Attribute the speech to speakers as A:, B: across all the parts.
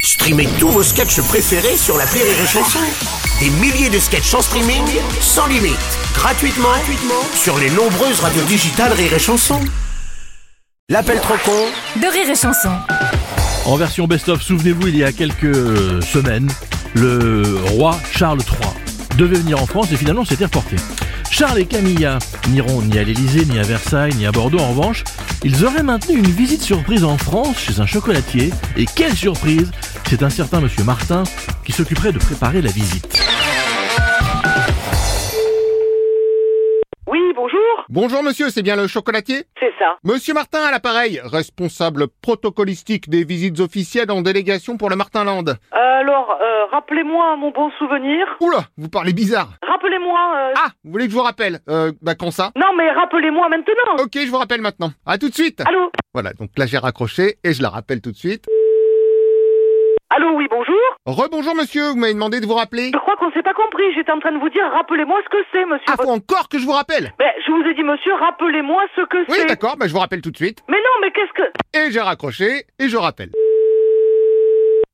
A: Streamez tous vos sketchs préférés sur la Rire et Chanson. Des milliers de sketchs en streaming, sans limite, gratuitement, gratuitement sur les nombreuses radios digitales Rire et Chanson. L'appel trop con
B: de rire et chanson.
C: En version best-of, souvenez-vous, il y a quelques euh, semaines, le roi Charles III devait venir en France et finalement c'était reporté. Charles et Camilla n'iront ni à l'Elysée, ni à Versailles, ni à Bordeaux. En revanche, ils auraient maintenu une visite surprise en France chez un chocolatier. Et quelle surprise C'est un certain monsieur Martin qui s'occuperait de préparer la visite.
D: Oui, bonjour,
E: Bonjour monsieur, c'est bien le chocolatier
D: c'est ça.
E: Monsieur Martin à l'appareil, responsable protocolistique des visites officielles en délégation pour le Martinland.
D: Euh, alors, euh, rappelez-moi mon bon souvenir.
E: Oula, vous parlez bizarre.
D: Rappelez-moi... euh,
E: Ah, vous voulez que je vous rappelle Euh, bah quand ça
D: Non, mais rappelez-moi maintenant.
E: Ok, je vous rappelle maintenant. À tout de suite
D: Allô
E: Voilà, donc là j'ai raccroché et je la rappelle tout de suite.
D: Allô, oui, bonjour.
E: Rebonjour monsieur, vous m'avez demandé de vous rappeler.
D: Je crois qu'on s'est pas compris. J'étais en train de vous dire, rappelez-moi ce que c'est, monsieur.
E: Ah, faut encore que je vous rappelle
D: Ben, je vous ai dit, monsieur, rappelez-moi ce que
E: Oui,
D: c'est.
E: d'accord, bah je vous rappelle tout de suite.
D: Mais non, mais qu'est-ce que...
E: Et j'ai raccroché et je rappelle.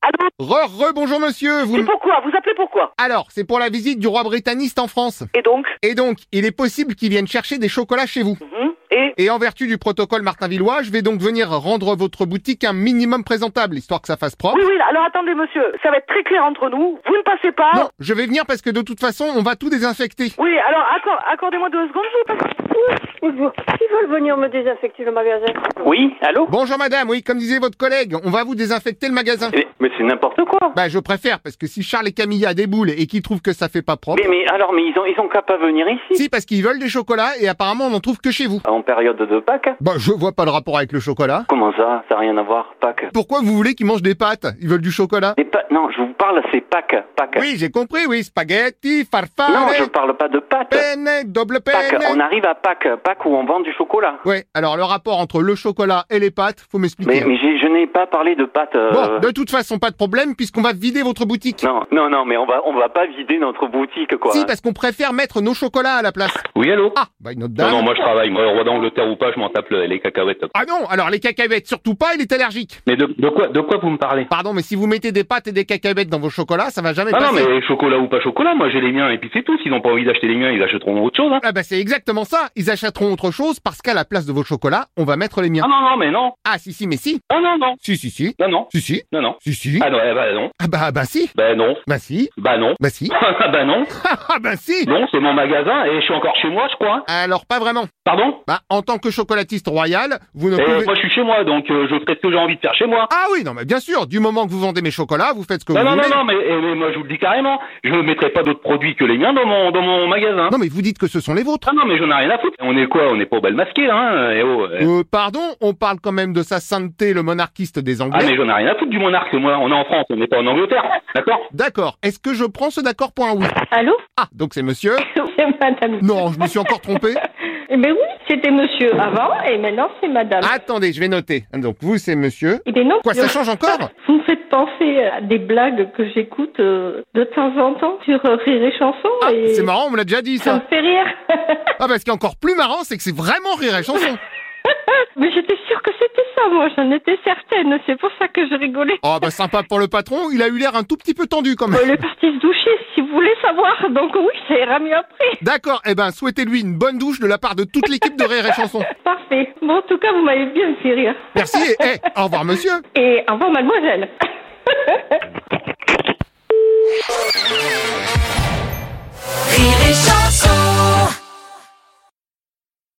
D: Allô
E: Re, re, bonjour monsieur, vous...
D: C'est
E: m-
D: pourquoi Vous appelez pourquoi
E: Alors, c'est pour la visite du roi britanniste en France.
D: Et donc
E: Et donc, il est possible qu'il vienne chercher des chocolats chez vous.
D: Hum, Et...
E: Et en vertu du protocole Martin Villois, je vais donc venir rendre votre boutique un minimum présentable, histoire que ça fasse propre.
D: Oui, oui, alors attendez, monsieur. Ça va être très clair entre nous. Vous ne passez pas...
E: Non, je vais venir parce que de toute façon, on va tout désinfecter.
D: Oui, alors accor- accordez-moi deux secondes, je vous passe.
F: Bonjour. Ils veulent venir me désinfecter le magasin.
G: Oui, allô
E: Bonjour madame, oui, comme disait votre collègue, on va vous désinfecter le magasin.
G: mais, Eh, mais c'est n'importe quoi
E: Bah, je préfère, parce que si Charles et Camilla déboulent et qu'ils trouvent que ça fait pas propre...
G: mais, mais alors, mais ils ont, ils ont qu'à pas venir ici
E: Si, parce qu'ils veulent des chocolats et apparemment, on n'en trouve que chez vous.
G: En période de Pâques
E: Bah, je vois pas le rapport avec le chocolat.
G: Comment ça Ça n'a rien à voir, Pâques
E: Pourquoi vous voulez qu'ils mangent des pâtes Ils veulent du chocolat
G: Des Pâques Non, je vous parle, c'est Pâques, Pâques.
E: Oui, Ah, j'ai compris, oui, spaghetti, farfalle,
G: non, je parle pas de pâtes.
E: penne, double
G: Pâques,
E: penne...
G: on arrive à Pâques, Pâques où on vend du chocolat.
E: Ouais, alors le rapport entre le chocolat et les pâtes, faut m'expliquer.
G: Mais, mais j'ai- je n'ai pas parlé de pâtes. euh,
E: Bon, de toute façon, pas de problème, puisqu'on va vider votre boutique.
G: Non, non, non, mais on va, on va pas vider notre boutique, quoi.
E: Si, parce qu'on préfère mettre nos chocolats à la place.
H: Oui, allô
E: Ah, bah une autre
H: Non,
E: dame.
H: non, moi je travaille. Moi, le roi d'Angleterre ou pas, je m'en tape le- les cacahuètes.
E: Ah non, alors les cacahuètes, surtout pas, il est allergique.
H: Mais de, de quoi, de quoi vous me parlez
E: Pardon, mais si vous mettez des pâtes et des cacahuètes dans vos chocolats, ça va jamais
H: Ah non,
E: passer.
H: mais chocolat ou pas chocolat, moi j'ai les miens et puis c'est tout. S'ils n'ont pas envie d'acheter les miens, ils achèteront autre chose. Hein.
E: Ah bah c'est exactement ça, ils achèteront autre chose parce qu'à la place de vos chocolats, on va mettre les miens.
H: Ah non, non, mais non.
E: Ah si si mais si.
H: Ah non, non.
E: Si si si.
H: Non, non.
E: Si si.
H: Non, non.
E: Si si.
H: Ah non, eh, bah non.
E: Ah bah bah si.
H: Bah non.
E: Bah si.
H: Bah non.
E: Bah si.
H: Ah bah non.
E: Ah bah si.
H: Non, c'est mon magasin et je suis encore chez moi, je crois. hein.
E: Alors pas vraiment.
H: Pardon
E: Bah en tant que chocolatiste royal, vous ne
H: Eh,
E: pouvez
H: Moi je suis chez moi, donc euh, je ferai ce que j'ai envie de faire chez moi.
E: Ah oui, non, mais bien sûr, du moment que vous vendez mes chocolats, vous faites ce que
H: Non,
E: vous
H: non, non,
E: voulez.
H: non, mais, eh, mais moi je vous le dis carrément, je ne mettrai pas d'autres produits que les miens dans mon, dans mon magasin.
E: Non, mais vous dites que ce sont les vôtres.
H: Ah non, mais j'en ai rien à foutre. On est quoi On n'est pas au bal masqué, hein eh oh, eh.
E: Euh, pardon, on parle quand même de sa sainteté, le monarchiste des
H: Ah
E: Anglais.
H: mais j'en ai rien à foutre du monarque, moi, on est en France, on n'est pas en Angleterre, d'accord
E: D'accord, est-ce que je prends ce d'accord pour un oui
F: Allô
E: Ah, donc c'est monsieur
F: C'est madame.
E: Non, je me suis encore trompé.
F: Eh ben oui, c'était monsieur avant et maintenant c'est madame.
E: Attendez, je vais noter. Donc vous, c'est monsieur.
F: Eh ben non.
E: Ah, Quoi, ça change
H: Ah,
E: encore
F: Vous me faites penser à des blagues que j'écoute euh, de temps en temps sur euh, Rire et Chanson.
E: Ah,
F: et
E: c'est marrant, on me l'a déjà dit
F: Ça me
E: ça.
F: fait rire.
E: Ah, bah ce qui est encore plus marrant, c'est que c'est vraiment rire et chanson.
F: Mais j'étais sûre que c'était ça, moi, j'en étais certaine. C'est pour ça que je rigolais.
E: Oh, bah sympa pour le patron, il a eu l'air un tout petit peu tendu quand même.
F: Euh, le parti se doucher, si vous voulez savoir. Donc oui, ça ira mieux après.
E: D'accord, eh ben souhaitez-lui une bonne douche de la part de toute l'équipe de rire et chanson.
F: Parfait. Bon, en tout cas, vous m'avez bien fait rire.
E: Merci et eh, au revoir monsieur.
F: Et au revoir, mademoiselle.